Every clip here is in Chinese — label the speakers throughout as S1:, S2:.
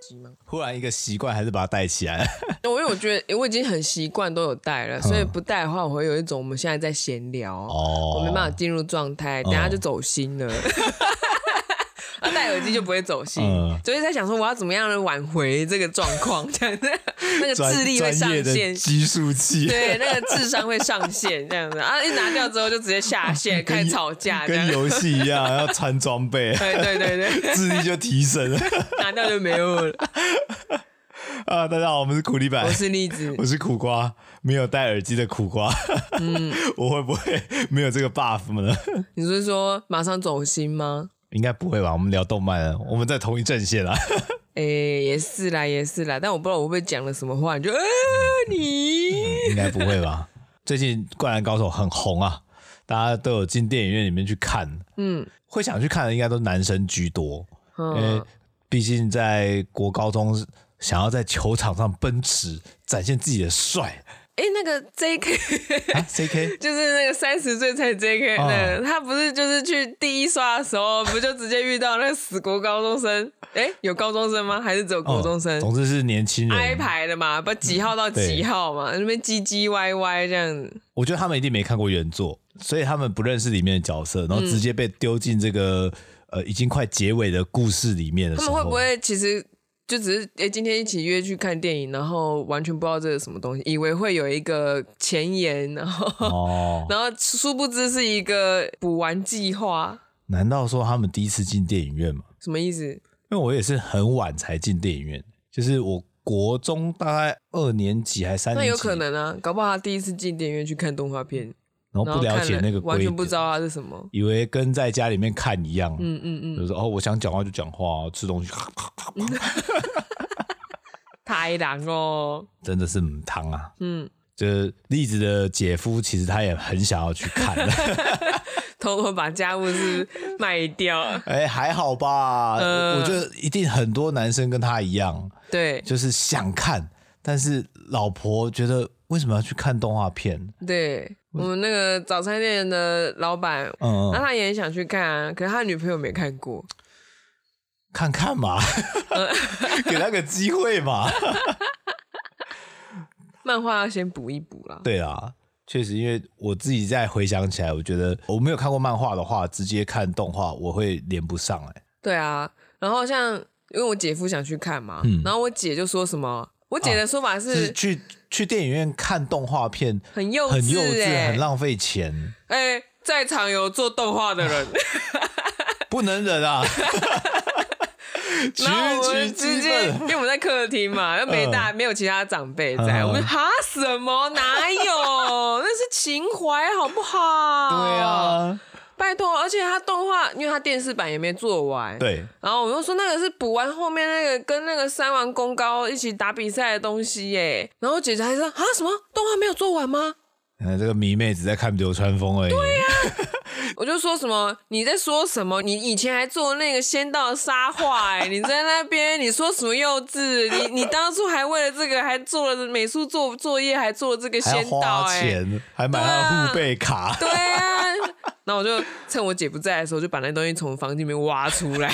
S1: 西吗？
S2: 忽然一个习惯，还是把它带起来。 嗯
S1: 我因为我觉得我已经很习惯都有带了，所以不带的话，我会有一种我们现在在闲聊，
S2: 哦
S1: 我没办法进入状态，等下就走心了。 啊，戴耳机就不会走心，
S2: 嗯
S1: 所以在想说我要怎么样挽回这个状况，这样子，那 个
S2: 专
S1: 智力会上
S2: 专业的
S1: 线，
S2: 激素器，
S1: 对，那个智商会上线这样子啊，一拿掉之后就直接下线，开始吵架这样
S2: 跟。游戏一样，要穿装备，
S1: 对对对对，
S2: 智力就提升了
S1: 拿掉就没有了。
S2: 啊！大家好，我们是苦力版
S1: 我，是栗子
S2: 我，是苦瓜，没有戴耳机的苦瓜。
S1: 嗯
S2: 我会不会没有这个 buff 呢？
S1: 你是说马上走心吗？
S2: 应该不会吧？我们聊动漫了，我们在同一阵线 啊啦。
S1: 哎、也是啦，也是啦，但我不知道我会不会讲了什么话，你就呃、你
S2: 应该不会吧？最近《灌篮高手》很红啊，大家都有进电影院里面去看。
S1: 嗯
S2: 会想去看的应该都是男生居多，因为
S1: 嗯，
S2: 毕竟在国高中想要在球场上奔驰，展现自己的帅
S1: 哎、那个 J.K.
S2: 啊 ，CK
S1: 就是那个三十岁才 J.K.
S2: 哦
S1: 那个，他不是就是去第一刷的时候，不就直接遇到那个死国高中生？哎、有高中生吗？还是只有国中生？
S2: 哦总之是年轻
S1: I
S2: 人。
S1: 排的嘛，不几号到几号嘛，那边唧唧歪歪这样子。
S2: 我觉得他们一定没看过原作，所以他们不认识里面的角色，然后直
S1: 嗯
S2: 接被丢进这个呃已经快结尾的故事里面的时
S1: 他
S2: 候，
S1: 们会不会其实就只是诶、今天一起约去看电影，然后完全不知道这是什么东西，以为会有一个前言，然后、
S2: 哦？
S1: 然后殊不知是一个补完计划，
S2: 难道说他们第一次进电影院吗？
S1: 什么意思？
S2: 因为我也是很晚才进电影院，就是我国中大概二年级还三
S1: 那
S2: 年
S1: 有
S2: 级，
S1: 可，能啊，搞不好他第一次进电影院去看动画片，
S2: 然后
S1: 然
S2: 哦不
S1: 后
S2: 了
S1: 看
S2: 解那个规
S1: 完全不知
S2: 则，
S1: 道它是什么。
S2: 以为跟在家里面看一样，
S1: 嗯嗯嗯，
S2: 就是哦，我想讲话就讲话，哦吃东西， 咔咔咔咔
S1: 太难哦，
S2: 真的是母汤啊。
S1: 嗯，
S2: 就是栗子的姐夫，其实他也很想要去看，
S1: 偷偷把家务事卖 掉，
S2: 哎，还好吧？
S1: 呃
S2: 我觉得一定很多男生跟他一样，
S1: 对
S2: 就是想看，但是老婆觉得为什么要去看动画片？
S1: 对，我们那个早餐店的老板，
S2: 嗯，
S1: 那
S2: 嗯
S1: 他也很想去看啊，可是他女朋友没看过，
S2: 看看嘛，
S1: 呃
S2: 给他个机会嘛。
S1: 漫画要先补一补啦。
S2: 对啊，确实，因为我自己再回想起来，我觉得我没有看过漫画的话，直接看动画我会连不上哎、
S1: 对啊，然后像因为我姐夫想去看嘛，
S2: 嗯
S1: 然后我姐就说什么，我姐的说法
S2: 就是
S1: 是
S2: 去去电影院看动画片，
S1: 很幼稚、欸，
S2: 很幼稚，很浪费钱，
S1: 哎、在场有做动画的 人，
S2: 不能忍 啊！
S1: 然后我
S2: 举
S1: 们
S2: 举鸡
S1: 直接，
S2: 愤
S1: 因为我们在客厅 嘛，又没大、没有其他长辈在，
S2: 嗯
S1: 我们哈什么哪 有，那是情怀好不好？哦
S2: 对啊，
S1: 拜托，而且他动画，因为他电视版也没做完，
S2: 对，
S1: 然后我就说那个是补完后面那个跟那个三王公高一起打比赛的东西耶。然后姐姐还说啊什么动画没有做完吗？
S2: 嗯，这个迷妹只在看流川枫而已。对
S1: 啊
S2: 呀、
S1: 我就说什么你在说什么？你以前还做那个仙道沙画 哎，你在那边你说什么幼稚？你你当初还为了这个还做了美术作作业，还做了这个
S2: 还要
S1: 仙道
S2: 花
S1: 哎。
S2: 钱，还买他的护背卡。
S1: 对啊，然后我就趁我姐不在的时候，就把那东西从房间里面挖出来。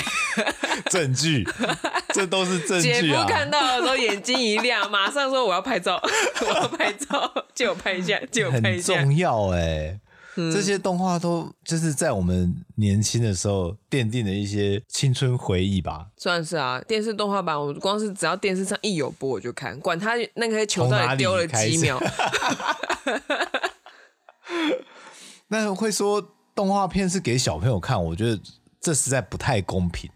S2: 证据， 这都是证
S1: 姐
S2: 据啊！
S1: 夫看到的时候眼睛一亮，马上说我要拍照，我要拍照，借我拍一下，借我拍
S2: 很
S1: 一下。
S2: 重要哎、
S1: 嗯
S2: 这些动画都就是在我们年轻的时候奠定了一些青春回忆吧。
S1: 算是啊，电视动画版，我光是只要电视上一有播我就看，管他那个球到底丢了几秒，
S2: 那会说动画片是给小朋友看，我觉得这实在不太公平。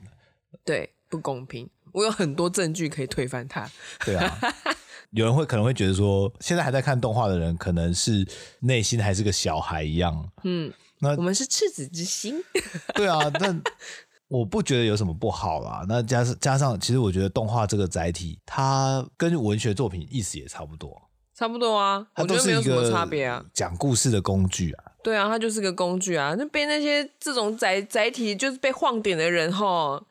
S1: 对，不公平。我有很多证据可以推翻他。
S2: 对 啊，有人会可能会觉得说，现在还在看动画的人，可能是内心还是个小孩一样。
S1: 我们是赤子之心，
S2: 对啊， 但我不觉得有什么不好啦。那加上加上，其实我觉得动画这个载体，它跟文学作品意思也差不多。
S1: 差不多啊，
S2: 它
S1: 我觉
S2: 都
S1: 得
S2: 是
S1: 没有
S2: 一
S1: 什么
S2: 个
S1: 差别啊。
S2: 讲故事的工具啊。
S1: 对啊，它就是个工具啊。那被那些这种载载体就是被晃点的人吼，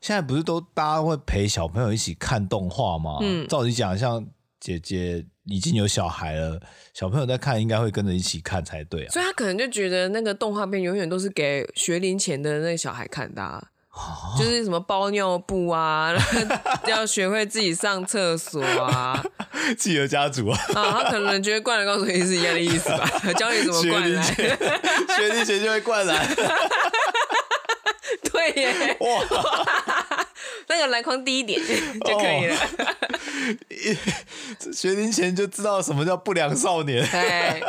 S2: 现在不是都大家会陪小朋友一起看动画吗？
S1: 嗯
S2: 照理讲，像姐姐已经有小孩了，小朋友在看应该会跟着一起看才对啊。
S1: 所以他可能就觉得那个动画片永远都是给学龄前的那个小孩看的、啊，
S2: 哦
S1: 就是什么包尿布啊， 要学会自己上厕所啊，
S2: 企鹅家族啊，
S1: 啊，他可能觉得灌篮高手也是一样的意思吧，教你怎么
S2: 学
S1: 灌
S2: 弟
S1: 篮，
S2: 姐，学弟姐就会灌篮，
S1: 对耶，
S2: 哇，哦
S1: 那个篮筐低一点就可以了。
S2: 学龄前就知道什么叫不良少年。
S1: 哎，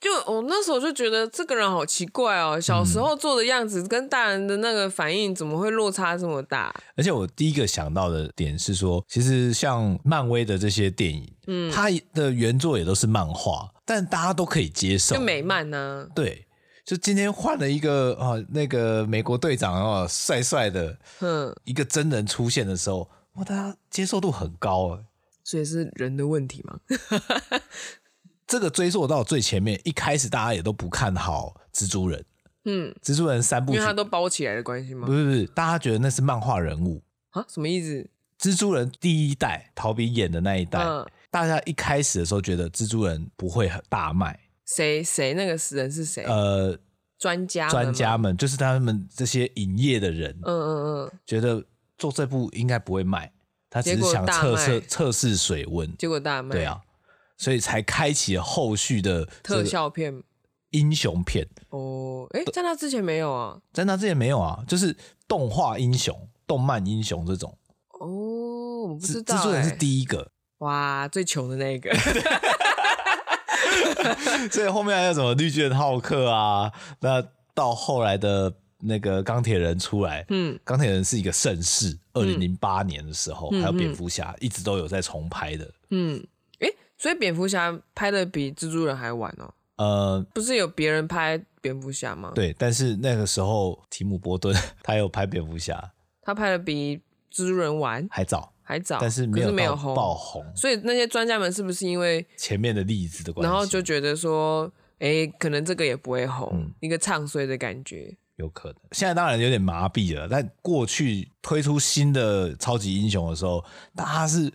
S1: 就我那时候就觉得这个人好奇怪哦，小时
S2: 嗯
S1: 候做的样子跟大人的那个反应怎么会落差这么大？
S2: 而且我第一个想到的点是说，其实像漫威的这些电影，嗯，它的原作也都是漫画，但大家都可以接受
S1: 就，美漫啊呢、
S2: 对。就今天换了一个啊，那个美国队长啊，帅帅的
S1: 哼，
S2: 一个真人出现的时候，哇，大家接受度很高、欸，
S1: 所以是人的问题嘛？
S2: 这个追溯到最前面，一开始大家也都不看好蜘蛛人。
S1: 嗯，
S2: 蜘蛛人三部
S1: 因
S2: 曲
S1: 为他都包起来的关系吗
S2: 不？是不是，大家觉得那是漫画人物。
S1: 啊，什么意思？
S2: 蜘蛛人第一代，陶比演的那一代，
S1: 嗯，
S2: 大家一开始的时候觉得蜘蛛人不会很大卖。
S1: 谁谁那个死人是谁？
S2: 呃，
S1: 专家们吗
S2: 专家。们就是他们这些影业的人，
S1: 嗯嗯嗯，
S2: 觉得做这部应该不会卖，他只
S1: 结
S2: 是
S1: 果
S2: 想
S1: 大
S2: 测试
S1: 卖
S2: 测试水温。
S1: 结果大卖。
S2: 对，啊，所以才开启了后续的这
S1: 特
S2: 个
S1: 效片
S2: 英雄片。
S1: 哦，哎，在那之前没有啊。
S2: 在那之前没有啊，就是动画英雄、动漫英雄这种，
S1: 哦，我不知
S2: 蜘
S1: 道、欸。
S2: 蜘蛛人是第一个，
S1: 哇，最穷的那一个。
S2: 所以后面还有什么绿巨人浩克啊，那到后来的那个钢铁人出来，
S1: 嗯，
S2: 钢铁人是一个盛世，二零零八年的时候，
S1: 嗯
S2: 还有蝙蝠侠一直都有在重拍的，
S1: 嗯，诶，所以蝙蝠侠拍的比蜘蛛人还晚哦。
S2: 呃，
S1: 不是有别人拍蝙蝠侠吗？，
S2: 对，但是那个时候提姆波顿他有拍蝙蝠侠
S1: 他拍的比蜘蛛人晚
S2: 还早，
S1: 还早，
S2: 但是
S1: 啊可
S2: 没有
S1: 是没有
S2: 到爆
S1: 红。
S2: 红
S1: 所以那些专家们是不是因为，
S2: 前面的例子的关系，
S1: 然后就觉得说，诶，可能这个也不会红，
S2: 嗯
S1: 一个唱衰的感觉。
S2: 有可能。现在当然有点麻痹了，但过去推出新的超级英雄的时候，大家是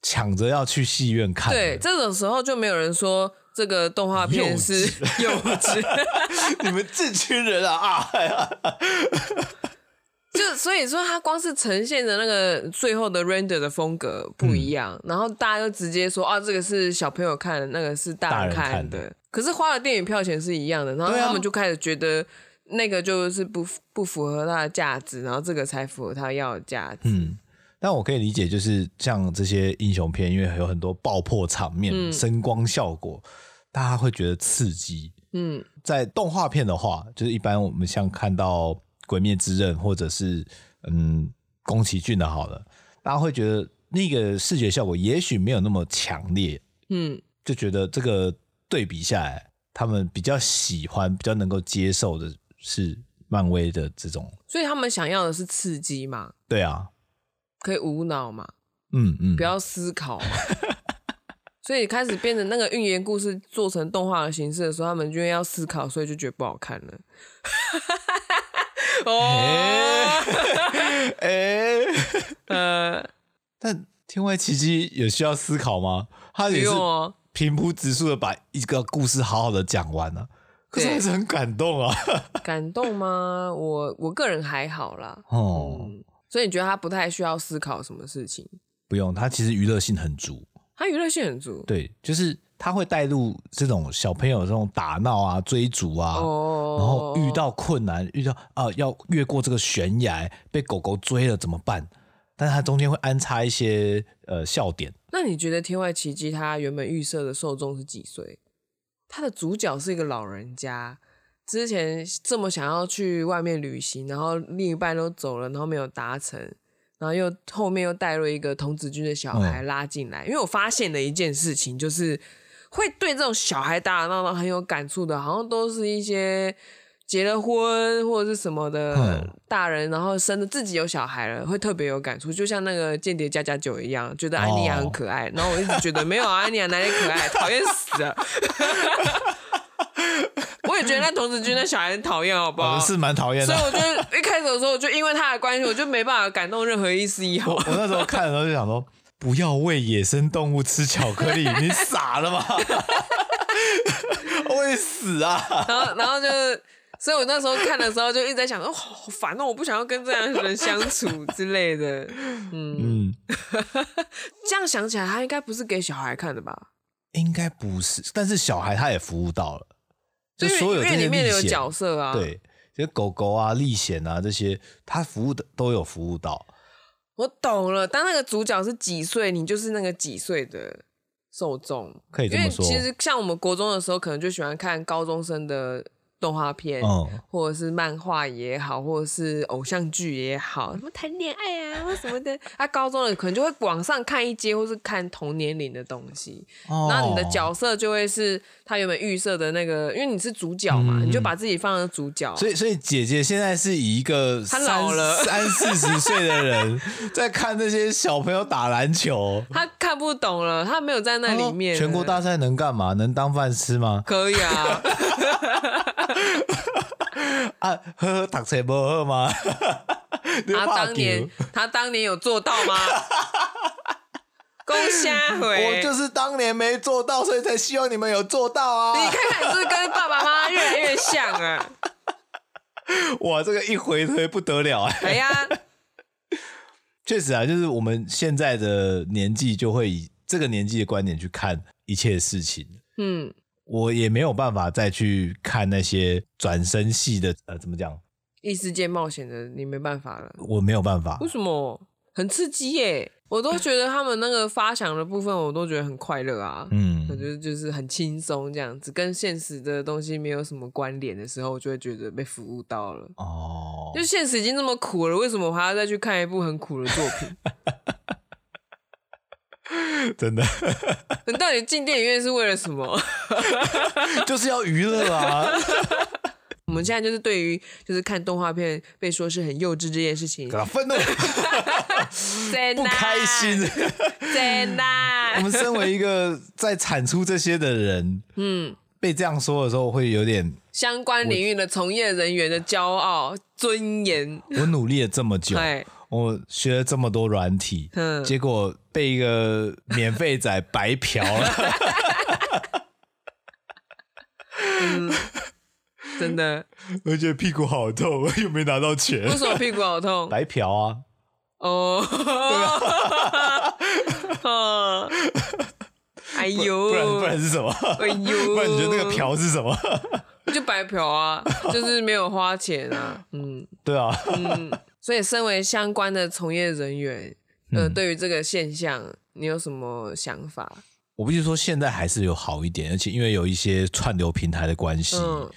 S2: 抢着要去戏院看
S1: 对，
S2: 的。
S1: 这种时候就没有人说这个动画片是 幼稚，
S2: 你们这群人啊啊！哎呀
S1: 就所以说，它光是呈现的那个最后的 render 的风格不一样，
S2: 嗯
S1: 然后大家就直接说啊，这个是小朋友看的，那个是大人
S2: 大
S1: 看
S2: 人看
S1: 的。
S2: 的
S1: 可是花了电影票钱是一样的，然后
S2: 对啊
S1: 他们就开始觉得那个就是不符不符合它的价值，然后这个才符合它要的价值。
S2: 嗯，但我可以理解，就是像这些英雄片，因为有很多爆破场面、
S1: 嗯
S2: 声光效果，大家会觉得刺激。
S1: 嗯
S2: 在动画片的话，就是一般我们像看到《鬼灭之刃》或者是嗯宫崎骏的，好了，大家会觉得那个视觉效果也许没有那么强烈，
S1: 嗯
S2: 就觉得这个对比下来，他们比较喜欢、比较能够接受的是漫威的这种。
S1: 所以他们想要的是刺激嘛，
S2: 对啊，
S1: 可以无脑嘛，
S2: 嗯嗯，
S1: 不要思考 嘛。所以开始变成那个寓言故事做成动画的形式的时候，他们就要思考，所以就觉得不好看 了。哦，
S2: 哎、
S1: 呃，
S2: 但天外奇迹有需要思考吗？他
S1: 不
S2: 也是
S1: 用哦，
S2: 平铺直述的把一个故事好好的讲完了、可是
S1: 对
S2: 还是很感动啊。
S1: 感动吗？我我个人还好啦。
S2: 哦，
S1: 嗯，所以你觉得他不太需要思考什么事情？
S2: 不用，它其实娱乐性很足。
S1: 他娱乐性很足。
S2: 对，就是它会带入这种小朋友这种打闹啊、追逐啊，
S1: 哦，
S2: 然后遇到困难，遇到啊、要越过这个悬崖，被狗狗追了怎么办？但是它中间会安插一些呃笑点。
S1: 那你觉得《天外奇迹》它原本预设的受众是几岁？它的主角是一个老人家，之前这么想要去外面旅行，然后另一半都走了，然后没有达成，然后又后面又带入一个童子军的小孩拉进来。因为我发现的一件事情就是，会对这种小孩打打闹闹很有感触的，好像都是一些。结了婚或者是什么的
S2: 嗯
S1: 大人，然后生了自己有小孩了，会特别有感触，就像那个《间谍加加酒》一样，觉得安妮亚
S2: 哦
S1: 很可爱，然后我一直觉得没有啊安妮亚哪里可 爱，讨厌死了。 我也觉得那童子军那小孩很讨厌，好不
S2: 我
S1: 好？
S2: 哦们是蛮讨厌
S1: 所
S2: 的
S1: 以。我就一开始的时候，我就因为他的关系，我就没办法感动任何一丝一毫。
S2: 我那时候看的时候就想说，不要喂野生动物吃巧克力，你 傻了吗？会死啊！啊
S1: 然后，然后就是所以我那时候看的时候就一直在想说，哦好烦哦，我不想要跟这样的人相处之类的。
S2: 嗯，
S1: 这样想起来，他应该不是给小孩看的吧？
S2: 应该不是，但是小孩他也服务到了，就
S1: 因为
S2: 所有这
S1: 因为
S2: 些
S1: 里面
S2: 历
S1: 有
S2: 险
S1: 角色啊。，
S2: 对，就狗狗啊、历险啊这些，他服务的都有服务到。
S1: 我懂了。当那个主角是几岁，你就是那个几岁的受众。
S2: 可以这
S1: 因
S2: 么
S1: 为
S2: 说
S1: 其实像我们国中的时候，可能就喜欢看高中生的动画片，
S2: 嗯，
S1: 或者是漫画也好，或者是偶像剧也好，什么谈恋爱啊或什么的。啊，高中的可能就会往上看一阶，或是看同年龄的东西。那你的
S2: 哦，
S1: 角色就会是他原本预设的那个，因为你是主角嘛，
S2: 嗯
S1: 你就把自己放在主角。
S2: 所以所以姐姐现在是以一个
S1: 她
S2: 三
S1: 老了
S2: 三四十岁的人在看那些小朋友打篮球，
S1: 他看不懂了，他没有在那
S2: 她说
S1: 里面。
S2: 哦全国大赛能干嘛？能当饭吃吗？
S1: 可以 啊，
S2: 啊，喝喝打车不喝吗？ 你
S1: 他
S2: 怕
S1: 啊当年
S2: 球
S1: 他当年有做到 吗？恭下回，
S2: 我就是当年没做到，所以才希望你们有做到
S1: 你
S2: 啊！
S1: 看看，你是不是跟爸爸妈妈越来越像 啊？
S2: 哇，这个一回推不得了哎、
S1: 哎呀，
S2: 确实啊，就是我们现在的年纪就会以这个年纪的观点去看一切事情。
S1: 嗯，
S2: 我也没有办法再去看那些转身戏的，呃，怎么讲？
S1: 异世界冒险的你没办法了，
S2: 我没有办法
S1: 为。什么？很刺激耶！我都觉得他们那个发想的部分，我都觉得很快乐啊。我觉
S2: 嗯，
S1: 得就是很轻松这样子，跟现实的东西没有什么关联的时候，我就会觉得被服务到了。
S2: 哦
S1: 就，现实已经这么苦了，为什么我还要再去看一部很苦的作 品？
S2: 真的
S1: 你到底进电影院是为了什么？
S2: 就是要娱乐啊！
S1: 我们现在就是对于就是看动画片被说是很幼稚这件事情
S2: 给，他愤怒，
S1: 真，
S2: 不开心。啊
S1: 真
S2: 我们
S1: 的，
S2: 身为一个在产出这些的人，嗯，被这样说的时候，会有点
S1: 相关领域的从业人员的骄傲、尊严，
S2: 我努力了这么久，
S1: 哎，
S2: 我学了这么多软体，
S1: 嗯
S2: 结果被一个免费仔白嫖了。
S1: 真的，
S2: 我觉得屁股好痛， 我又没拿到钱
S1: 为什么屁股好 痛？
S2: 白嫖啊！
S1: 哦， 哦，哎呦，
S2: 不然不然是什么？
S1: 哎呦，
S2: 不然你觉得那个嫖是什么？
S1: 就白嫖啊，就是没有花钱啊，嗯
S2: 对啊，
S1: 嗯，所以身为相关的从业人员，呃，
S2: 嗯
S1: 对于这个现象，你有什么想法？
S2: 我必须说现在还是有好一点，而且因为有一些串流平台的关系，
S1: 嗯，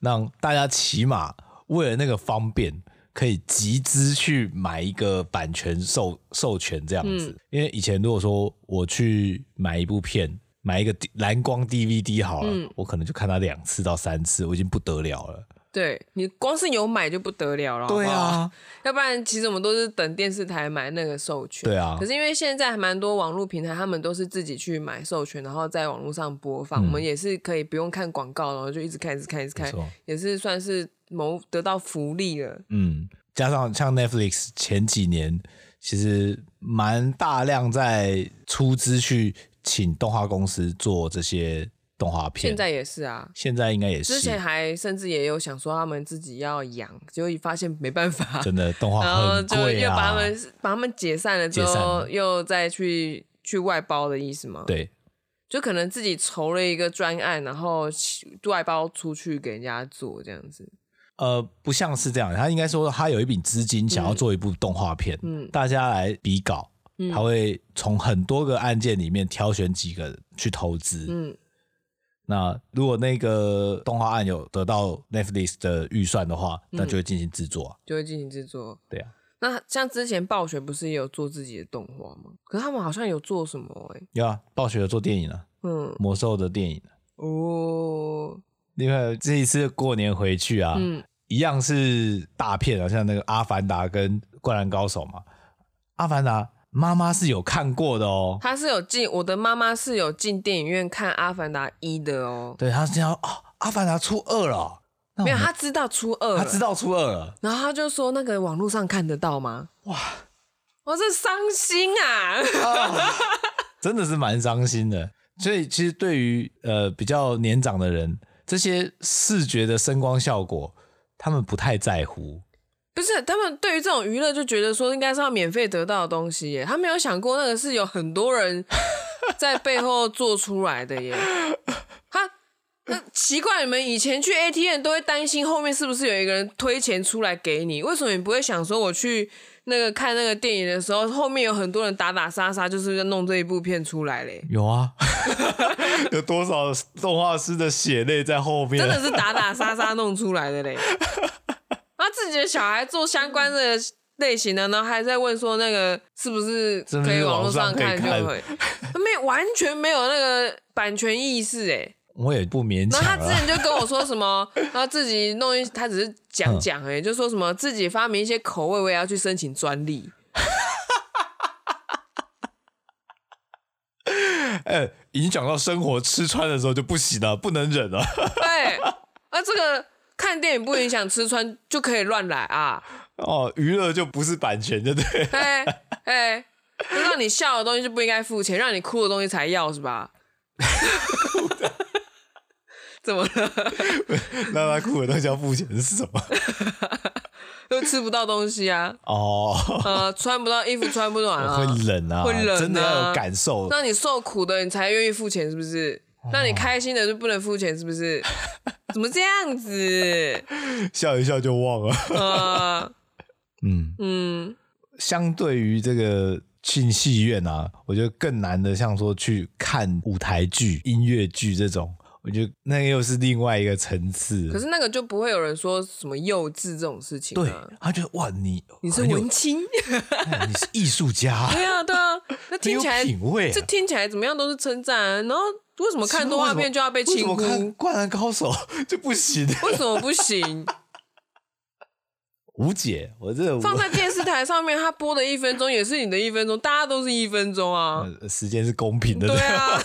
S2: 让大家起码为了那个方便，可以集资去买一个版权授授权这样子。因为以前如果说我去买一部片，买一个 D- 蓝光 DVD 好了，我可能就看它两次到三次，我已经不得了了。
S1: 对你光是有买就不得了了，好不好，，
S2: 啊
S1: 要不然其实我们都是等电视台买那个授权。
S2: 对啊
S1: 可是因为现在还蛮多网络平台，他们都是自己去买授权，然后在网络上播放。
S2: 嗯
S1: 我们也是可以不用看广告，然后就一直看，一直看，一直看
S2: 没错，
S1: 也是算是谋得到福利了。
S2: 嗯，加上像 Netflix 前几年其实蛮大量在出资去请动画公司做这些动画片，
S1: 现在也是啊。
S2: 现在应该也是
S1: 之前还甚至也有想说他们自己要养，结果发现没办法，
S2: 真的动画
S1: 然后
S2: 很
S1: 哦就
S2: 贵
S1: 又
S2: 啊，
S1: 把他们、把他们解散了之
S2: 解散
S1: 后，
S2: 了
S1: 又再去去外包的意思吗？
S2: 对。
S1: 就可能自己筹了一个专案，然后起外包出去给人家做这样子。
S2: 呃，不像是这样，他应该说他有一笔资金想要做一部动画片，
S1: 嗯
S2: 大家来比稿，
S1: 嗯
S2: 他会从很多个案件里面挑选几个去投资。
S1: 嗯
S2: 那如果那个动画案有得到 Netflix 的预算的话，
S1: 嗯
S2: 那就会进行制作啊、
S1: 就会进行制作。
S2: 对啊，
S1: 那像之前暴雪不是也有做自己的动画吗？可是他们好像有做什么哎、
S2: 有啊，暴雪有做电影啊，
S1: 嗯
S2: 魔兽的电影啊。
S1: 哦，
S2: 另外这一次过年回去啊，
S1: 嗯
S2: 一样是大片啊，像那个《阿凡达》跟《灌篮高手》嘛，《阿凡达》妈妈是有看过的哦。
S1: 他是有进，我的妈妈是有进电影院看《阿凡达一》的哦，
S2: 对，他是要哦，阿凡达出二了哦、那我
S1: 没有，
S2: 们
S1: 他知道初二了，
S2: 他知道出二了，
S1: 然后他就说那个网络上看得到吗？哇，我是伤心啊！
S2: 真的是蛮伤心的。所以其实对于呃比较年长的人，这些视觉的声光效果他们不太在乎。
S1: 不是他们对于这种娱乐就觉得说应该是要免费得到的东西耶，他没有想过那个是有很多人在背后做出来的耶。他那奇怪，你们以前去 ATM 都会担心后面是不是有一个人推钱出来给你，为什么你不会想说我去那个看那个电影的时候，后面有很多人打打杀杀，就是在弄这一部片出来嘞？
S2: 有 啊，有多少动画师的血泪在后面？
S1: 真的是打打杀杀弄出来的嘞。他自己的小孩做相关的类型的，然后还在问说那个是不是
S2: 是不
S1: 可以
S2: 是
S1: 网络
S2: 网上
S1: 上看
S2: 可以
S1: 就
S2: 看
S1: 会，他没有完全没有那个版权意识哎。
S2: 我也不勉
S1: 然后他
S2: 强啊
S1: 之
S2: 了。
S1: 前就跟我说什么， 然后自己弄一，他只是讲讲
S2: 嗯
S1: 而已，就说什么自己发明一些口味，我也要去申请专利。
S2: 哎、影响到生活吃穿的时候就不行了，不能忍了。
S1: 对，啊，这个看电影不影响吃穿，就可以乱来啊。
S2: 哦，娱乐就不是版权，对不 对？
S1: 哎哎，就让你笑的东西就不应该付钱，让你哭的东西才要是吧？ 怎么了？
S2: 让他哭的东西要付钱是什么？
S1: 又吃不到东西啊，
S2: 哦，
S1: 呃，穿不到衣服，穿不暖
S2: 会
S1: 啊。
S2: 冷啊，
S1: 会冷啊
S2: 真的要有感受。
S1: 让你受苦的，你才愿意付钱，是不是？让
S2: 哦
S1: 你开心的就不能付钱，是不是？怎么这样子？
S2: 笑一笑就忘了。
S1: 呃，
S2: 嗯，
S1: 嗯，
S2: 相对于这个进戏院啊，我觉得更难的，像说去看舞台剧、音乐剧这种，我觉得那又是另外一个层次。
S1: 可是那个就不会有人说什么幼稚这种事情、
S2: 对
S1: 啊。，
S2: 他觉得哇，你
S1: 你是
S2: 很有
S1: 文 青，
S2: 哎你是艺术家，
S1: 对啊，对啊，那
S2: 你
S1: 听
S2: 有
S1: 起来
S2: 品味啊、
S1: 这听起来怎么样都是称赞、啊，然后为什么看动画片就要被
S2: 为什
S1: 轻
S2: 么
S1: 呼？
S2: 看《灌篮高手》就不行？
S1: 为什么不行？
S2: 无解，我这
S1: 放在电视台上面，它播的一分钟也是你的一分钟，大家都是一分钟 啊。
S2: 呃时间是公平的，
S1: 对啊，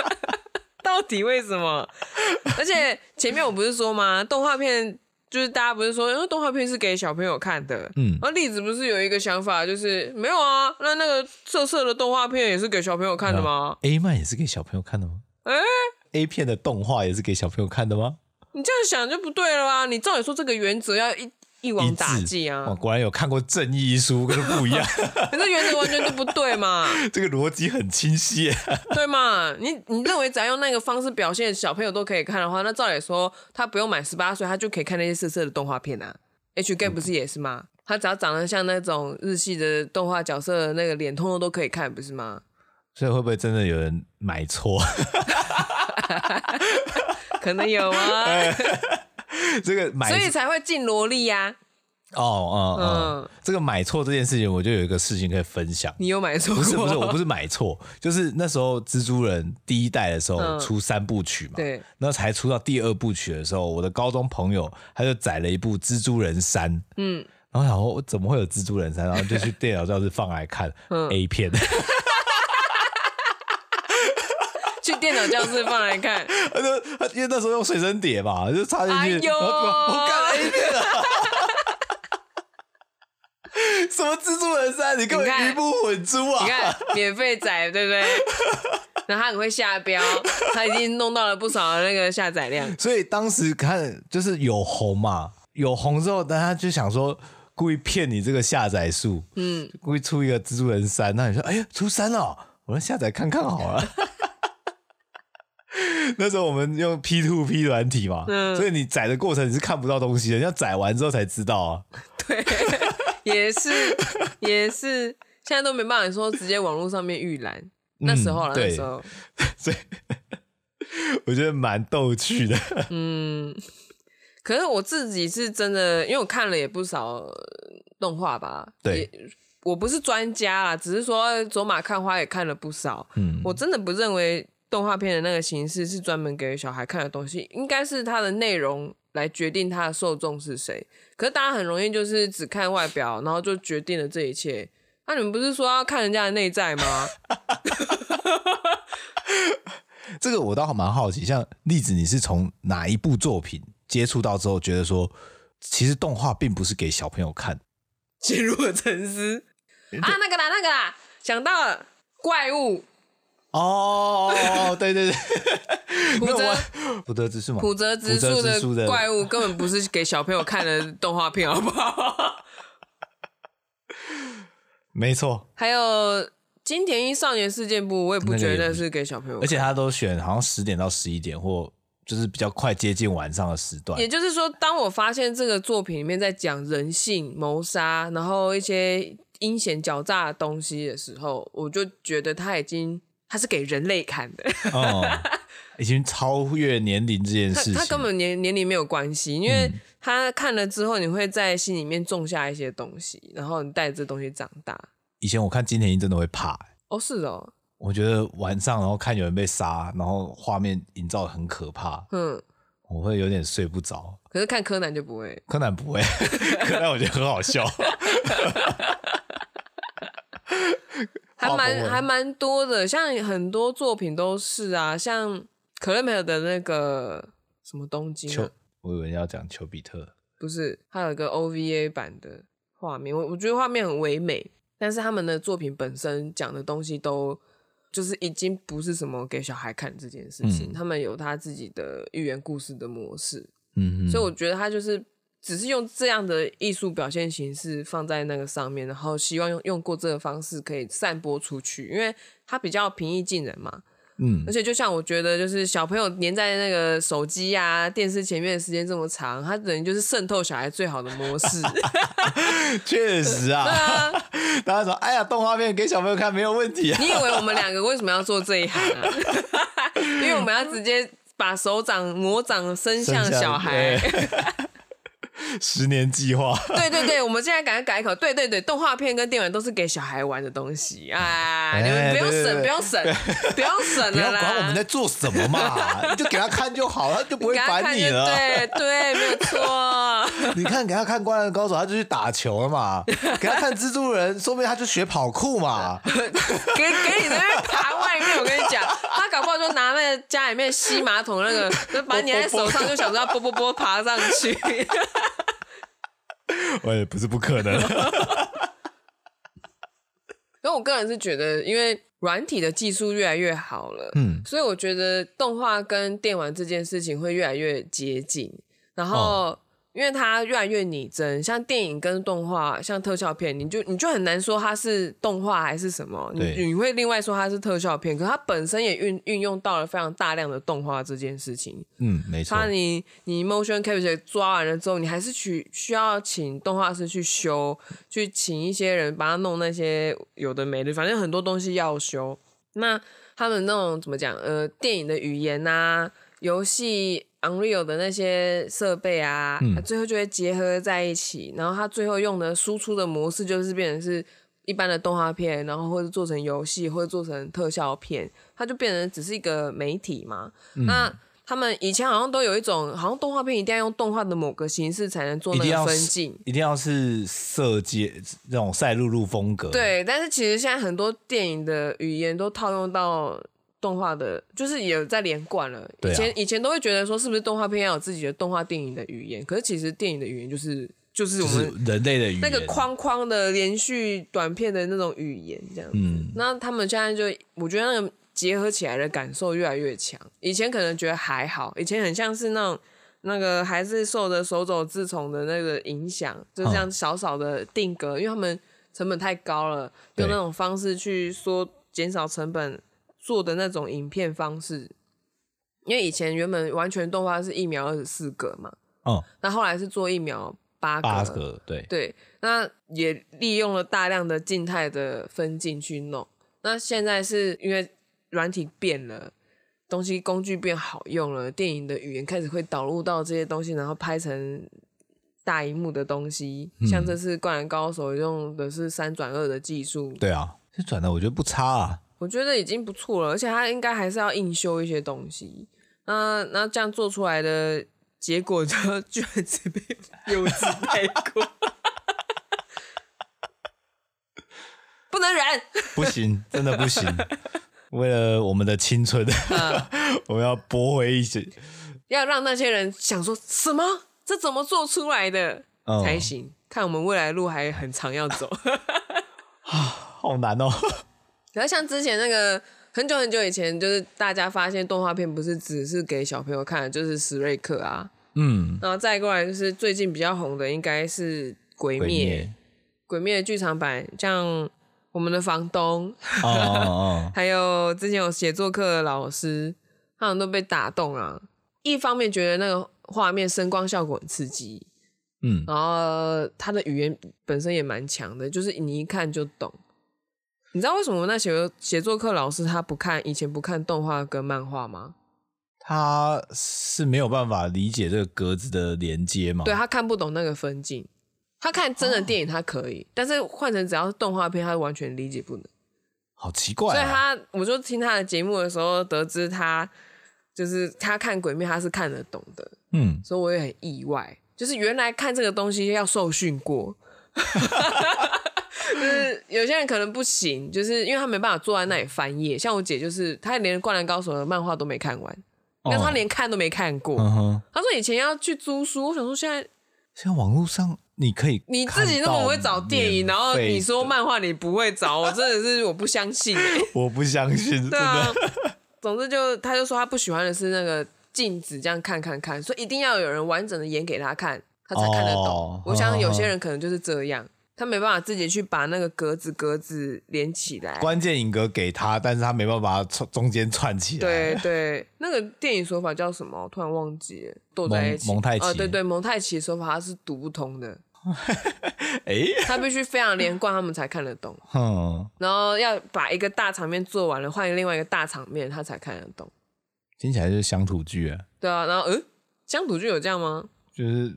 S1: 到底为什么？而且前面我不是说吗？动画片就是大家不是说，因为动画片是给小朋友看的。
S2: 嗯
S1: 然后栗子不是有一个想法，就是没有啊，那那个色色的动画片也是给小朋友看的吗？
S2: ？A 漫也是给小朋友看的吗？
S1: 哎、
S2: A 片的动画也是给小朋友看的吗？
S1: 你这样想就不对了啊！你照理说这个原则要一一
S2: 一
S1: 网
S2: 致哦
S1: 打尽
S2: 哇
S1: 啊，
S2: 果然有看过《正义》一书，跟不一 样，
S1: 可是原则完全就不对嘛。
S2: 这个逻辑很清晰耶。
S1: 对嘛？你你认为只要用那个方式表现小朋友都可以看的话，那照理说他不用满十八岁，他就可以看那些色色的动画片啊。H gay 不
S2: 嗯
S1: 是也是吗？他只要长得像那种日系的动画角色的那个脸，通通都可以看，不是吗？
S2: 所以会不会真的有人买错？
S1: 可能有啊，
S2: 哎这个买
S1: 所以才会进萝莉呀、
S2: 哦，嗯嗯
S1: 嗯，
S2: 这个买错这件事情，我就有一个事情可以分享。
S1: 你有买错
S2: 不是不 是，我不
S1: 是
S2: 是买错，就是那时候蜘蛛人第一代的时候
S1: 嗯
S2: 出三部曲嘛，
S1: 对，
S2: 那才出到第二部曲的时候，我的高中朋友他就载了一部《蜘蛛人三》，
S1: 嗯，
S2: 然后想说怎么会有蜘蛛人三，然后就去电脑教室放来看 A 片，
S1: 去电脑教室放来 看，
S2: 他就他因为那时候用随身碟嘛，就插进
S1: 哎
S2: 去，
S1: 呦
S2: 然后就我看 A 片了。 什么蜘蛛人三？你根
S1: 你
S2: 本
S1: 看
S2: 鱼不混珠啊！
S1: 你 看免费载对不对？然后他很会下标，他已经弄到了不少的那个下载量。
S2: 所以当时看就是有红嘛，有红之后，大家就想说故意骗你这个下载数，嗯，故意出一个蜘蛛人三，那你说哎呀出三了哦，我来下载看看好了。 那时候我们用 P to P 软体嘛，
S1: 嗯
S2: 所以你载的过程你是看不到东西的，你要载完之后才知道啊。
S1: 对，也是也是，现在都没办法说直接网络上面预览。那时候啦，
S2: 嗯对
S1: 那时候，
S2: 所以 我觉得蛮逗 趣的。
S1: 嗯，可是我自己是真的，因为我看了也不少呃动画吧。
S2: 对
S1: 也，我不是专家啦，只是说走马看花也看了不少。
S2: 嗯，
S1: 我真的不认为动画片的那个形式是专门给小孩看的东西，应该是它的内容来决定它的受众是谁。可是大家很容易就是只看外表，然后就决定了这一切。那、你们不是说要看人家的内在吗？
S2: 这个我倒蛮好奇，像例子，你是从哪一部作品接触到之后，觉得说其实动画并不是给小朋友看？
S1: 陷入了沉 思啊，那个啦，那个啦，想到了怪物，
S2: 哦哦，对对对，
S1: 普
S2: 那
S1: 泽
S2: 我普泽之树嘛，
S1: 普泽直
S2: 普
S1: 树
S2: 泽之树
S1: 的
S2: 的
S1: 怪物根本不是给小朋友看的动画片，好不好？
S2: 没错，
S1: 还有金田一少年事件簿，我也不觉
S2: 那个也
S1: 得
S2: 不是
S1: 是给小朋友看，
S2: 而且他都选好像十点到十一点，或就是比较快接近晚上的时段
S1: 也。就是说，当我发现这个作品里面在讲人性、谋杀，然后一些阴险狡诈的东西的时候，我就觉得他已经他是给人类看 的，
S2: 哦， 已经超越年龄这件
S1: 他
S2: 事情，
S1: 他根本年年龄没有关系，因
S2: 嗯
S1: 为他看了之后，你会在心里面种下一些东西，然后你带着这东西长大。
S2: 以前我看金田一真的会怕、欸
S1: 哦，是哦，
S2: 我觉得晚上然后看有人被杀，然后画面营造得很可怕，
S1: 嗯，
S2: 我会有点睡不着。
S1: 可是看柯南就不会。
S2: 柯南不会，柯南我觉得很好 笑。
S1: 还
S2: 画风
S1: 蛮
S2: 味
S1: 还蛮多的，像很多作品都是啊，像可乐美尔的那个什么东京、
S2: 丘
S1: 啊，，
S2: 我以为你要讲丘比特，
S1: 不是，还有一个 OVA 版的画面，我我觉得画面很唯美，但是他们的作品本身讲的东西都就是已经不是什么给小孩看这件事情，
S2: 嗯
S1: 他们有他自己的寓言故事的模式，
S2: 嗯，
S1: 所以我觉得他就是只是用这样的艺术表现形式放在那个上面，然后希望用用过这个方式可以散播出去，因为它比较平易近人嘛。
S2: 嗯
S1: 而，且就像我觉得，就是小朋友黏在那个手机呀、电视前面的时间这么长，他等于就是渗透小孩最好的模式。
S2: 确实
S1: 对
S2: 啊，
S1: 啊，
S2: 大家说，哎呀，动画片给小朋友看没有问题啊
S1: 你，以为我们两个为什么要做这一行啊？ 因为我们要直接把手掌、魔掌伸向小孩。
S2: 生下来，对十年计划，
S1: 对对对，我们现在赶快改口。对对对，动画片跟电玩都是给小孩玩的东西啊！你们
S2: 哎
S1: 不用
S2: 对对
S1: 省，
S2: 对
S1: 不用省，不用省
S2: 不
S1: 了
S2: 要
S1: 啦！
S2: 管我们在做什么嘛，你就给他看就好，他就不会
S1: 给他看
S2: 烦你
S1: 就
S2: 了。
S1: 对对，没有错。
S2: 你看，给他看《灌篮高手》，他就去打球了嘛；给他看《蜘蛛人》，说不定他就学跑酷 嘛。
S1: 给给你在那边爬外面，我跟你讲，他搞不好就拿那个家里面吸马桶那个，就把你粘在手上，就想着要啵啵啵爬上去。
S2: 我也不是不可能。
S1: 可我个人是觉得，因为软体的技术越来越好了，
S2: 嗯
S1: 所以我觉得动画跟电玩这件事情会越来越接近，然后。
S2: 哦
S1: 因为它越来越拟真，像电影跟动画，像特效片，你就你就很难说它是动画还是什么，你
S2: 对
S1: 你会另外说它是特效片，可它本身也运运用到了非常大量的动画这件事情，
S2: 嗯，没错
S1: 怕你你 motion capture 抓完了之后，你还是去需要请动画师去修，去请一些人帮他弄那些有的没的，反正很多东西要修。那他们那种怎么讲？呃，电影的语言呐、游戏 Unreal 的那些设备啊，
S2: 嗯
S1: 最后就会结合在一起。然后它最后用的输出的模式就是变成是一般的动画片，然后或者做成游戏，或者做成特效片，它就变成只是一个媒体嘛。
S2: 嗯
S1: 那他们以前好像都有一种，好像动画片一定要用动画的某个形式才能做
S2: 一
S1: 那
S2: 定
S1: 个
S2: 要
S1: 分
S2: 是
S1: 镜。
S2: 一定要是色阶那种赛璐璐风格。，
S1: 对，但是其实现在很多电影的语言都套用到动画的，就是也有在连贯了。
S2: 对啊
S1: 以前以前都会觉得说，是不是动画片要有自己的动画电影的语言？可是其实电影的语言就是就是
S2: 就
S1: 我
S2: 是
S1: 们
S2: 人类的语言。
S1: 那个，框框的连续短片的那种语言这样子。
S2: 嗯，
S1: 那他们现在就，我觉得那个结合起来的感受越来越强。以前可能觉得还好，以前很像是那种那个还是受着手肘自从的那个影响，就这样小小的定格，因为他们成本太高了，
S2: 对
S1: 用那种方式去说减少成本做的那种影片方式。因为以前原本完全动画是一秒二十四格嘛，
S2: 嗯，
S1: 那后来是做一秒八格，
S2: 八个，对，
S1: 对，那也利用了大量的静态的分镜去弄。那现在是因为软体变了，东西工具变好用了，电影的语言开始会导入到这些东西，然后拍成大荧幕的东西。像这次《灌篮高手》用的是三转二的技术，
S2: 对啊，这转的我觉得不差啊。
S1: 我觉得已经不错了，而且它应该还是要硬修一些东西。那那这样做出来的结果就， 居然只被幼稚带过，不能忍。
S2: 不 行，真的不行。为了我们的青春，
S1: 嗯
S2: 我们要驳回一些。
S1: 要让那些人想说什么？这怎么做出来的、
S2: 嗯
S1: 才行？看我们未来路还很长要走。
S2: 好难哦。
S1: 然后像之前那个很久很久以前，就是大家发现动画片不是只是给小朋友看的，就是史瑞克啊，
S2: 嗯，
S1: 然后再过来就是最近比较红的应该是鬼
S2: 鬼
S1: 灭，
S2: 灭，
S1: 鬼灭的剧场版，像我们的房东，
S2: 哦哦哦，
S1: 还有之前有写作课的老师，他们都被打动啊。一方面觉得那个画面声光效果很刺激，
S2: 嗯，
S1: 然后他的语言本身也蛮强的，就是你一看就懂。你知道为什么那写写作课老师他不看以前不看动画跟漫画吗？
S2: 他是没有办法理解这个格子的连接嘛？
S1: 对他看不懂那个分镜，他看真的电影他可
S2: 哦
S1: 以，但是换成只要是动画片，他完全理解不能。
S2: 好奇怪、
S1: 所
S2: 啊，
S1: 以他，我就听他的节目的时候，得知他就是他看《鬼灭》，他是看得懂的，
S2: 嗯，
S1: 所以我也很意外，就是原来看这个东西要受训过， 就是有些人可能不行，就是因为他没办法坐在那里翻页。像我姐就是，她连《灌篮高手》的漫画都没看完，但她
S2: 哦
S1: 连看都没看过。
S2: 嗯哼，
S1: 她说以前要去租书，我想说现在
S2: 现在网络上你可以
S1: 你自己那么会找电影，然后你说
S2: 慢，
S1: 漫画你不会找，我真的是我不相信、 欸。
S2: 我不相信，真
S1: 对啊
S2: 的，，
S1: 总之就他就说他不喜欢的是那个镜子这样看看看，所以一定要有人完整的演给他看，他才看得懂。
S2: 哦
S1: 我想有些人可能就是这样，他没办法自己去把那个格子格子连起来。
S2: 关键影格给他，但是他没办法串中间串起来，
S1: 对对，那个电影手法叫什么？我突然忘记了，斗在一起。
S2: 蒙蒙太奇
S1: 哦，对对，蒙太奇手法它是读不通的，
S2: 对，哎，
S1: 它必须非常连贯，他们才看得懂。
S2: 哼，
S1: 然后要把一个大场面做完了，换另外一个大场面，他才看得懂。
S2: 听起来就是乡土剧啊，
S1: 对啊，然后嗯，乡土剧有这样吗？
S2: 就是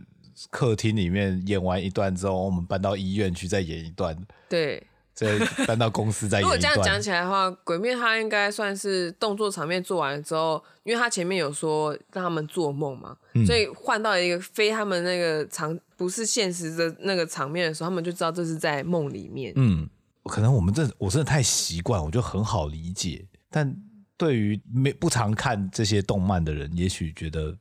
S2: 客厅里面演完一段之后，我们搬到医院去再演一段，
S1: 对，
S2: 再搬到公司再演
S1: 如
S2: 一
S1: 果
S2: 段。
S1: 这样讲起来的话，《鬼灭》它应该算是动作场面做完了之后，因为它前面有说让他们做梦嘛，所以换到一个非他们那个场不是现实的那个场面的时候，他们就知道这是在梦里面。
S2: 嗯，可能我们这我真的太习惯，我就很好理解。但对于没不常看这些动漫的人，也许觉得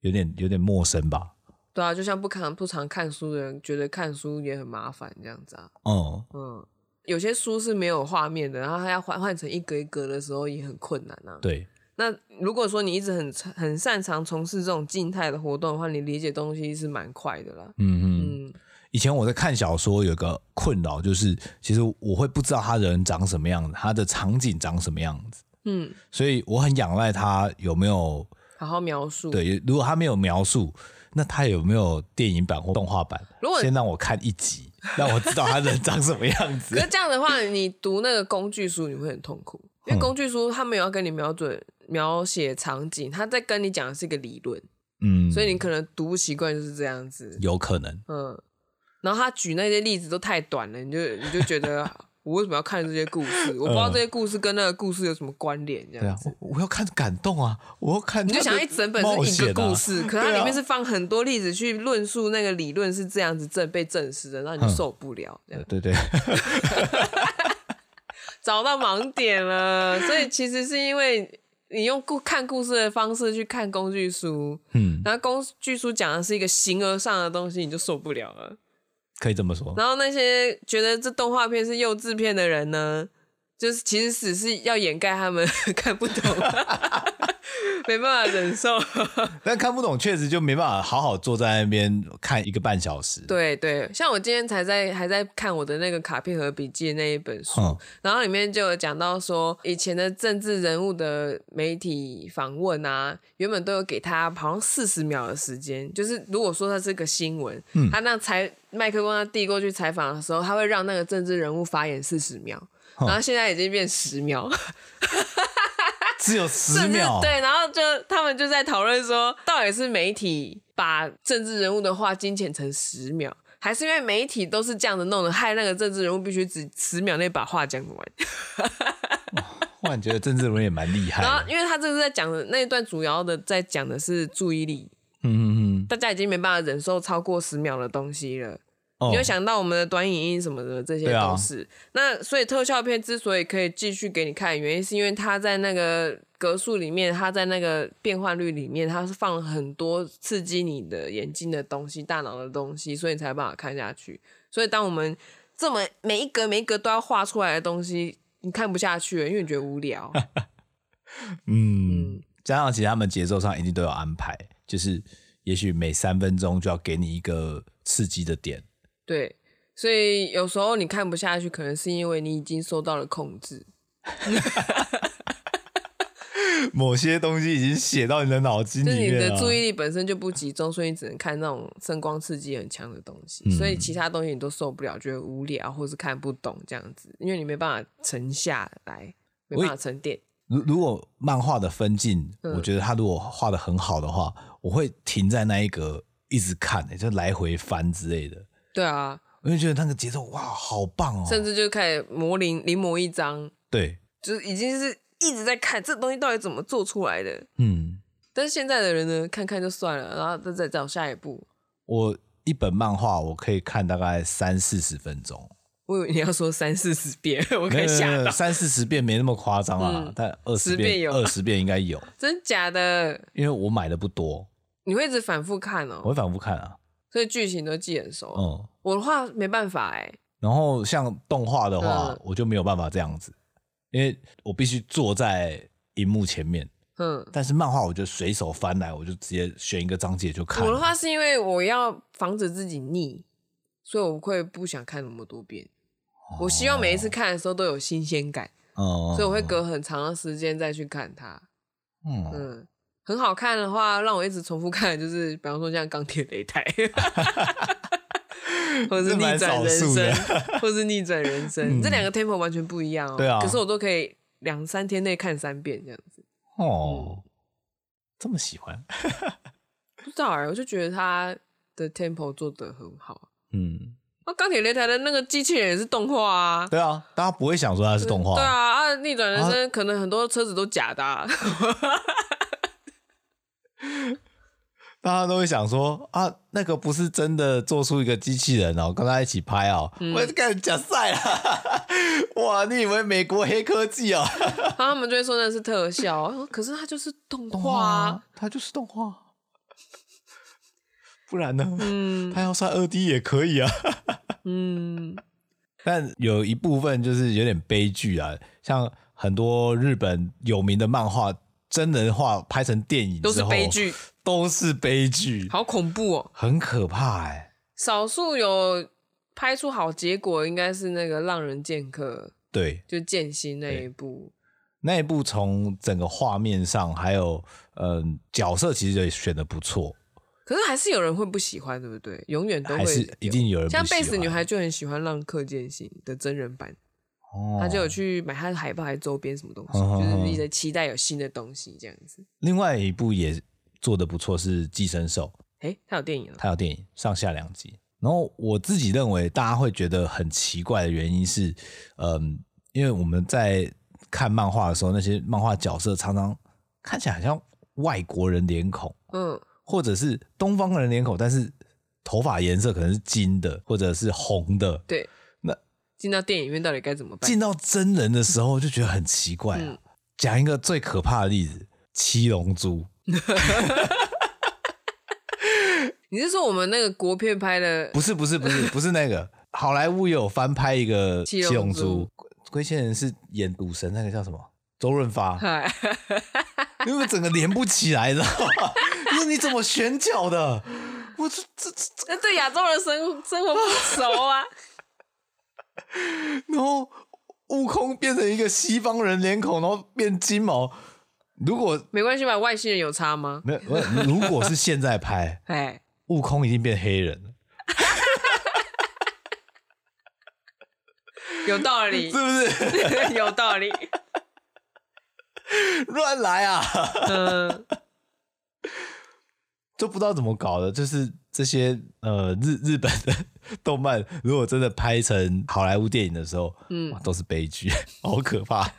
S2: 有点有点陌生吧。
S1: 对啊，就像不看不常看书的人，觉得看书也很麻烦这样子啊。
S2: 嗯，
S1: 嗯，有些书是没有画面的，然后它要换换成一格一格的时候也很困难啊。
S2: 对，
S1: 那如果说你一直很很擅长从事这种静态的活动的话，你理解东西是蛮快的啦。
S2: 嗯嗯。
S1: 嗯，
S2: 以前我在看小说，有个困扰就是，其实我会不知道他人长什么样子，他的场景长什么样子，
S1: 嗯，
S2: 所以我很仰赖他有没有
S1: 好好描述。，
S2: 对。如果他没有描述，那他有没有电影版或动画版？
S1: 如果
S2: 先让我看一集，让我知道他人长什么样子
S1: 可。是这样的话，你读那个工具书你会很痛苦，因
S2: 嗯
S1: 为工具书他没有要跟你瞄准描写场景，他在跟你讲的是一个理论，
S2: 嗯，
S1: 所以你可能读不习惯就是这样子。
S2: 有可能。
S1: 嗯，然后他举那些例子都太短了，你就你就觉得 我为什么要看这些故事？我不知道这些故事跟那个故事有什么关联，这
S2: 嗯对
S1: 样
S2: 啊
S1: 子。，
S2: 我我要看感动啊，我要看
S1: 你
S2: 他
S1: 就
S2: 的冒险啊、
S1: 想一整本是一个故 事，可它
S2: 对啊
S1: 里面是放很多例子去论述那个理论是这样子证被证实的，那你就受不了。这样
S2: 呃。对 对，
S1: 找到盲点了， 所以其实是因为你用故看故事的方式去看工具书，
S2: 嗯，
S1: 然后工具书讲的是一个形而上的东西，你就受不了了。
S2: 可以这么说。
S1: 然后那些觉得这动画片是幼稚片的人呢，就是其实只是要掩盖他们 看不懂，没办法忍受。
S2: 但看不懂，确实就没办法好好坐在那边看一个半小时。，
S1: 对对，像我今天才在还在看我的那个卡片和笔记的那一本书，
S2: 嗯
S1: 然后里面就有讲到说，以前的政治人物的媒体访问啊，原本都有给他好像四十秒的时间，就是如果说他是个新闻，他那采麦克风他递过去采访的时候，他会让那个政治人物发言四十秒，然后现在已经变十秒，
S2: 只有十秒。
S1: 甚至对，然后就他们就在讨论说，到底是媒体把政治人物的话精简成十秒。还是因为媒体都是这样子弄的，害那个政治人物必须只十秒内把话讲完。
S2: 忽然觉得郑志文也蛮厉害
S1: 然后
S2: 的。，
S1: 因为他这是在讲的那一段主要的在讲的是注意力，
S2: 嗯嗯嗯。
S1: 大家已经没办法忍受超过十秒的东西了。
S2: 哦
S1: 你会想到我们的短影音什么的，这些
S2: 对啊
S1: 都是。那所以特效片之所以可以继续给你看，原因是因为它在那个格数里面，它在那个变换率里面，它是放了很多刺激你的眼睛的东西、大脑的东西，所以你才有办法看下去。所以当我们这么每一格每一格都要画出来的东西你看不下去了，因为你觉得无聊。
S2: 嗯，加上其实他们节奏上一定都有安排，就是也许每三分钟就要给你一个刺激的点。
S1: 对，所以有时候你看不下去，可能是因为你已经受到了控制。
S2: 某些东西已经写到你的啊脑筋
S1: 就是
S2: 里
S1: 你
S2: 面
S1: 的
S2: 了。
S1: 注意力本身就不集中，所以你只能看那种声光刺激很强的东西，
S2: 嗯
S1: 所以其他东西你都受不了，觉得无聊或是看不懂这样子，因为你没办法沉下来，没
S2: 我也
S1: 办法沉淀。
S2: 如如果漫画的分镜，
S1: 嗯
S2: 我觉得他如果画的很好的话，我会停在那一格一直看、欸，就来回翻之类的。
S1: 对啊，
S2: 我就觉得那个节奏哇，好棒哦！
S1: 甚至就开始模临临摹一张，
S2: 对，
S1: 就是已经是一直在看这东西到底怎么做出来的。
S2: 嗯，
S1: 但是现在的人呢，看看就算了，然后再再找下一步。
S2: 我一本漫画我可以看大概三四十分钟，
S1: 我以为你要说三四十遍， 我可以
S2: 没有
S1: 吓
S2: 没有
S1: 到，
S2: 三四十遍没那么夸张啦，
S1: 嗯
S2: 但二十
S1: 10遍有
S2: 二十遍应该有，
S1: 真假的？
S2: 因为我买的不多，
S1: 你会一直反复看
S2: 我
S1: 哦，
S2: 会反复看啊，
S1: 所以剧情都记很熟。
S2: 嗯。
S1: 我的话没办法哎、
S2: 然后像动画的话，
S1: 嗯
S2: 我就没有办法这样子，因为我必须坐在荧幕前面。
S1: 嗯，
S2: 但是漫画我就随手翻来，我就直接选一个章节就看
S1: 我的
S2: 了。
S1: 话是因为我要防止自己腻，所以我会不想看那么多遍。我希望每一次看的时候都有新鲜感，
S2: 哦嗯，
S1: 所以我会隔很长的时间再去看它。
S2: 嗯，
S1: 嗯，很好看的话，让我一直重复看，就是比方说像钢铁擂台， 或者是
S2: 这
S1: 逆
S2: 蛮
S1: 转
S2: 少
S1: 人
S2: 数的 嗯
S1: 生，或是逆转人生，这两个 tempo 完全不一样哦。
S2: 对啊
S1: 可是我都可以两三天内看三遍这样子。
S2: 哦，这么喜欢，
S1: 不知道哎、我就觉得他的 tempo 做的很好。啊
S2: 嗯，
S1: 那钢铁擂台的那个机器人也是动画啊，
S2: 对啊，大家不会想说它是动画，
S1: 对啊，啊，逆转人生可能很多车子都假的、啊，
S2: 大家都会想说啊，那个不是真的做出一个机器人哦，跟他一起拍哦，
S1: 嗯
S2: 我干假赛啦， 哇，你以为美国黑科 技哦？
S1: 然后他们就会说那是特效，我说可是它就是动
S2: 动
S1: 画、啊。
S2: 啊，它就是动画，不然呢？
S1: 嗯
S2: 它要算二 D 也可以啊。
S1: 嗯，
S2: 但有一部分就是有点悲剧啊，像很多日本有名的漫画真人化拍成电影
S1: 都是
S2: 之后
S1: 悲，剧，
S2: 都是悲剧，
S1: 好恐怖哦！
S2: 很可怕哎、
S1: 少数有拍出好结果，应该是那个《浪人剑客
S2: 对》，，
S1: 就剑心那一部。
S2: 那一部从整个画面上，还有嗯、角色，其实也选的不错，
S1: 可是还是有人会不喜欢，对不对？永远都会
S2: 还是
S1: 有
S2: 一定有人不
S1: 像
S2: 喜欢
S1: 贝斯女孩就很喜欢浪客剑心的真人版，
S2: 哦
S1: 她就有去买她的海报还是周边什么东西，
S2: 嗯
S1: 就是一直期待有新的东西这样子。
S2: 另外一部也做的不错，是《寄生兽》，
S1: 诶，她有电影了，
S2: 它有电影上下两集。然后我自己认为大家会觉得很奇怪的原因是，嗯，因为我们在看漫画的时候，那些漫画角色常常看起来好像外国人脸孔，
S1: 嗯，
S2: 或者是东方人脸孔，但是头发颜色可能是金的或者是红的。
S1: 对。
S2: 那
S1: 进到电影院到底该怎么办？
S2: 进到真人的时候就觉得很奇怪啊。
S1: 嗯
S2: 讲一个最可怕的例子，《七龙珠》
S1: 你是说我们那个国片拍的
S2: 不是不是不是不是那个，好莱坞有翻拍一个《
S1: 七
S2: 七
S1: 龙
S2: 龙
S1: 珠，
S2: 珠》，龟仙人是演赌神那个叫什 么？周润发
S1: 嗨？
S2: 因为整个连不起来，知道 吗？你说你怎么选角的？我这这这，
S1: 那对亚洲人生生活不熟 啊。
S2: 然后悟空变成一个西方人脸孔，然后变金毛。如果
S1: 没关系吧？外星人有差吗？
S2: 没有，不是如果是现在拍，
S1: 哎，
S2: 悟空已经变黑人了，
S1: 有道理
S2: 是，不 是？
S1: 有道理。
S2: 乱来啊！
S1: 嗯，
S2: 就不知道怎么搞的，就是这些呃日日本的动漫，如果真的拍成好莱坞电影的时候，嗯，都是悲剧，好可怕。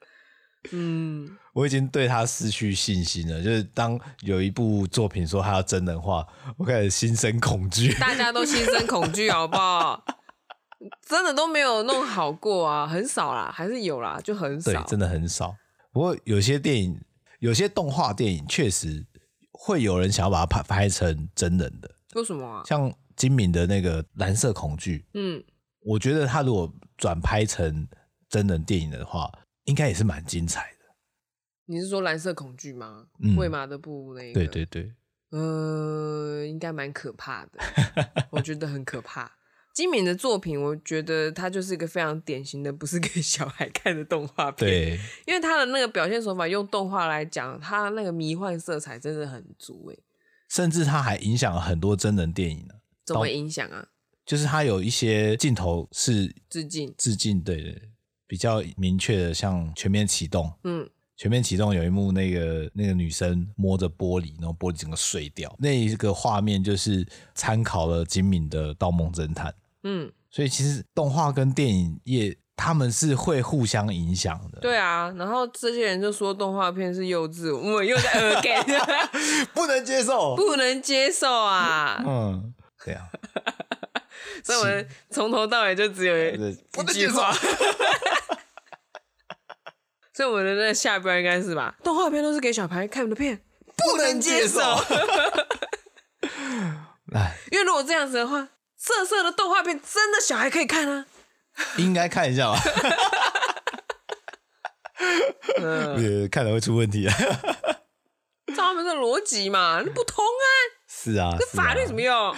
S1: 嗯，
S2: 我已经对他失去信心了，就是当有一部作品说他要真人化，我开始心生恐惧。
S1: 大家都心生恐惧，好不好？真的都没有弄好过啊，很少啦，还是有啦，就很
S2: 对
S1: 少，。
S2: 真的很少。不过有些电影，有些动画电影确实会有人想要把它拍拍成真人的，
S1: 为什么啊？
S2: 像金敏的那个《蓝色恐惧》，
S1: 嗯，
S2: 我觉得他如果转拍成真人电影的话，应该也是蛮精彩的。
S1: 你是说蓝色恐惧吗？
S2: 嗯
S1: 魏玛的布那个？
S2: 对对对，
S1: 呃，应该蛮可怕的，我觉得很可怕。金敏的作品，我觉得它就是一个非常典型的，不是给小孩看的动画片。
S2: 对，
S1: 因为他的那个表现手法，用动画来讲，他那个迷幻色彩真的很足欸诶。
S2: 甚至它还影响了很多真人电影呢、
S1: 怎么影响啊？
S2: 就是它有一些镜头是
S1: 致敬，
S2: 致敬，对对对，比较明确的，像《全面启动》，《
S1: 嗯，
S2: 全面启动》有一幕，那个那个女生摸着玻璃，然后玻璃整个碎掉，那一个画面就是参考了金敏的《盗梦侦探》，
S1: 嗯，
S2: 所以其实动画跟电影业他们是会互相影响的，，
S1: 对啊。然后这些人就说动画片是幼稚，我们又在 again，
S2: 不能接受，
S1: 不能接受啊。
S2: 嗯，对啊，
S1: 所以我们从头到尾就只有
S2: 对哎不
S1: 一
S2: 能
S1: 句
S2: 接受
S1: 话。 所以我们的那个下标应该是吧，动画片都是给小孩看的片，
S2: 不能接受。 哎，
S1: 因为如果这样子的话，色色的动画片真的小孩可以看啊。
S2: 应该看一下吧。 呃，看了会出问题啊！
S1: 照他们的逻辑嘛，那不通啊，
S2: 是啊，
S1: 那法律怎
S2: 么？
S1: 么用？
S2: 啊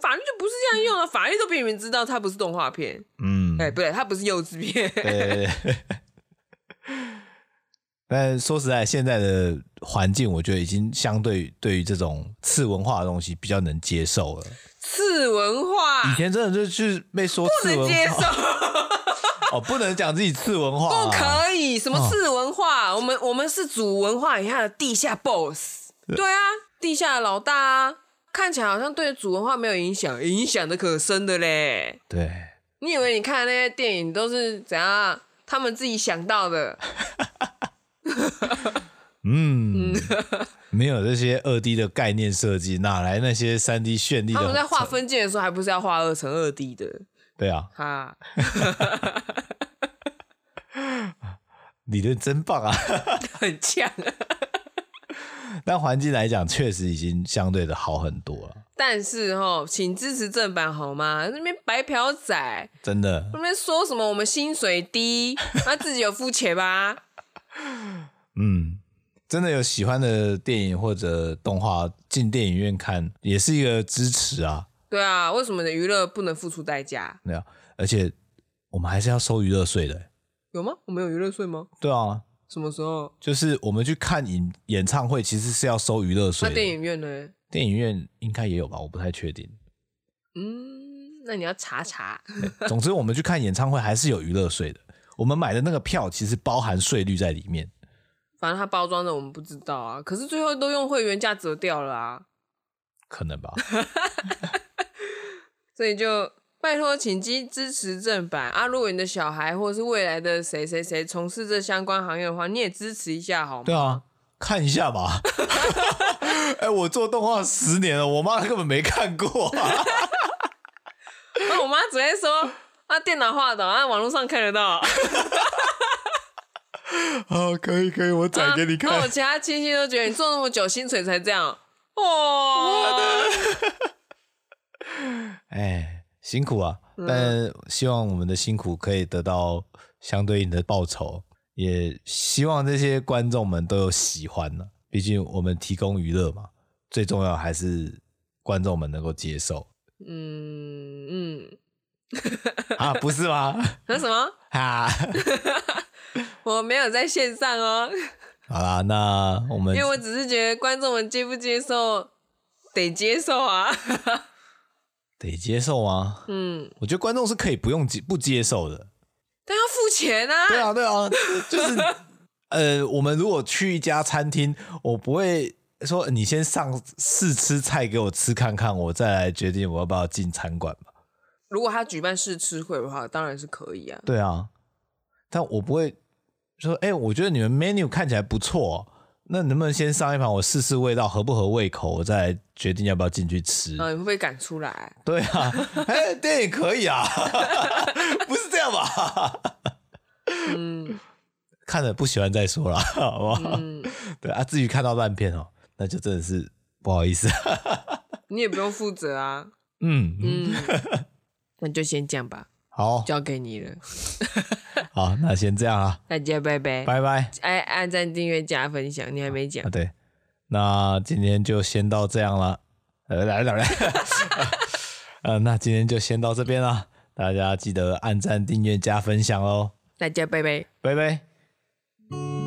S1: 法律就不是这样用的，啊法律都比你们知道它不是动画片，
S2: 嗯，
S1: 哎、不对，它不是幼稚片，
S2: 对。 但说实在，现在的环境，我觉得已经相对对于这种次文化的东西比较能接受了。
S1: 次文
S2: 以
S1: 化
S2: 前真的就是被说
S1: 不
S2: 次
S1: 能
S2: 文
S1: 接
S2: 化
S1: 受，
S2: 哦，不能讲自己次文化、
S1: 不
S2: 啊，
S1: 可以，什么次文化？我们我们是主文化以下的地下 boss，对啊，地下的老大啊，看起来好像对主文化没有影响，影响的可深的嘞。
S2: 对，
S1: 你以为你看的那些电影都是怎样？啊他们自己想到的，
S2: 嗯， 没有这些二 D 的概念设计，哪来那些三 D 绚丽的？
S1: 他们在画分界的时候还不是要画二乘二 D 的？
S2: 对啊，
S1: 哈，
S2: 理论真棒啊！
S1: 很强。啊
S2: 但环境来讲，确实已经相对的好很多了，
S1: 但是哈，请支持正版好吗？那边白嫖仔
S2: 真的。
S1: 那边说什么我们薪水低，他自己有付钱吧？
S2: 嗯，真的有喜欢的电影或者动画进电影院看，也是一个支持啊，
S1: 对啊，为什么你的娱乐不能付出代价？
S2: 对啊。而且我们还是要收娱乐税的、欸
S1: 有吗？我们有娱乐税吗？
S2: 对啊，
S1: 什么时候？
S2: 就是我们去看影演唱会，其实是要收娱乐
S1: 那
S2: 税的。
S1: 电影院呢？
S2: 电影院应该也有吧，我不太确定。
S1: 嗯，那你要查查。
S2: 总之，我们去看演唱会还是有娱乐税的。我们买的那个票其实包含税率在里面。
S1: 反正它包装的我们不知道啊，可是最后都用会员价折掉了啊，
S2: 可能吧，
S1: 所以就拜托请支支持正版啊！如果你的小孩或是未来的谁谁谁从事这相关行业的话，你也支持一下好吗？
S2: 对啊，看一下吧。 哎、我做动画十年了，我妈根本没看过、啊。
S1: 那我妈只会说啊，电脑画的，啊，网络上看得到，
S2: 好，可以可以，我
S1: 啊
S2: 展给你
S1: 那
S2: 看。
S1: 我其他亲戚都觉得你做那么久，薪水才这样，哦，
S2: 哎，辛苦啊，
S1: 嗯
S2: 但希望我们的辛苦可以得到相对应的报酬，也希望这些观众们都有喜欢呢、毕竟我们提供娱乐嘛，最重要还是观众们能够接受
S1: 嗯嗯，
S2: 啊，不是吗？
S1: 那什么，
S2: 啊，
S1: 我没有在线上哦，
S2: 好啦，那我们
S1: 因为我只是觉得观众们接不接受，得接受 啊，
S2: 得接受吗？
S1: 嗯，
S2: 我觉得观众是可以不用接不接受的。
S1: 但要付钱啊，
S2: 对啊，对啊，就是 呃，我们如果去一家餐厅，我不会说你先上试吃菜给我吃看看，我再来决定我要不要进餐馆
S1: 嗯
S2: 嘛。
S1: 如果他举办试吃会的话，当然是可以啊，
S2: 对啊，但我不会说，哎、我觉得你们 menu 看起来不错、哦那能不能先上一盘，我试试味道合不合胃口，我再来决定要不要进去吃？
S1: 啊，你会不会赶出来？
S2: 对啊，哎、电影可以啊， 不是这样吧？
S1: 嗯
S2: 看了不喜欢再说啦， 好不好？
S1: 嗯，
S2: 对啊，至于看到烂片哦，那就真的是不好意思。
S1: 你也不用负责 啊，
S2: 嗯，
S1: 嗯，那就先这样吧，
S2: 好，
S1: 交给你了。
S2: 好，那先这样啊，
S1: 大家拜拜，
S2: 拜拜
S1: 哎，按赞、订阅、加分享，你还没讲
S2: 啊，，对，那今天就先到这样了，呃，来来来， 呃，那今天就先到这边了，大家记得按赞、订阅、加分享哦，
S1: 大家拜拜。
S2: 拜拜。
S3: Thank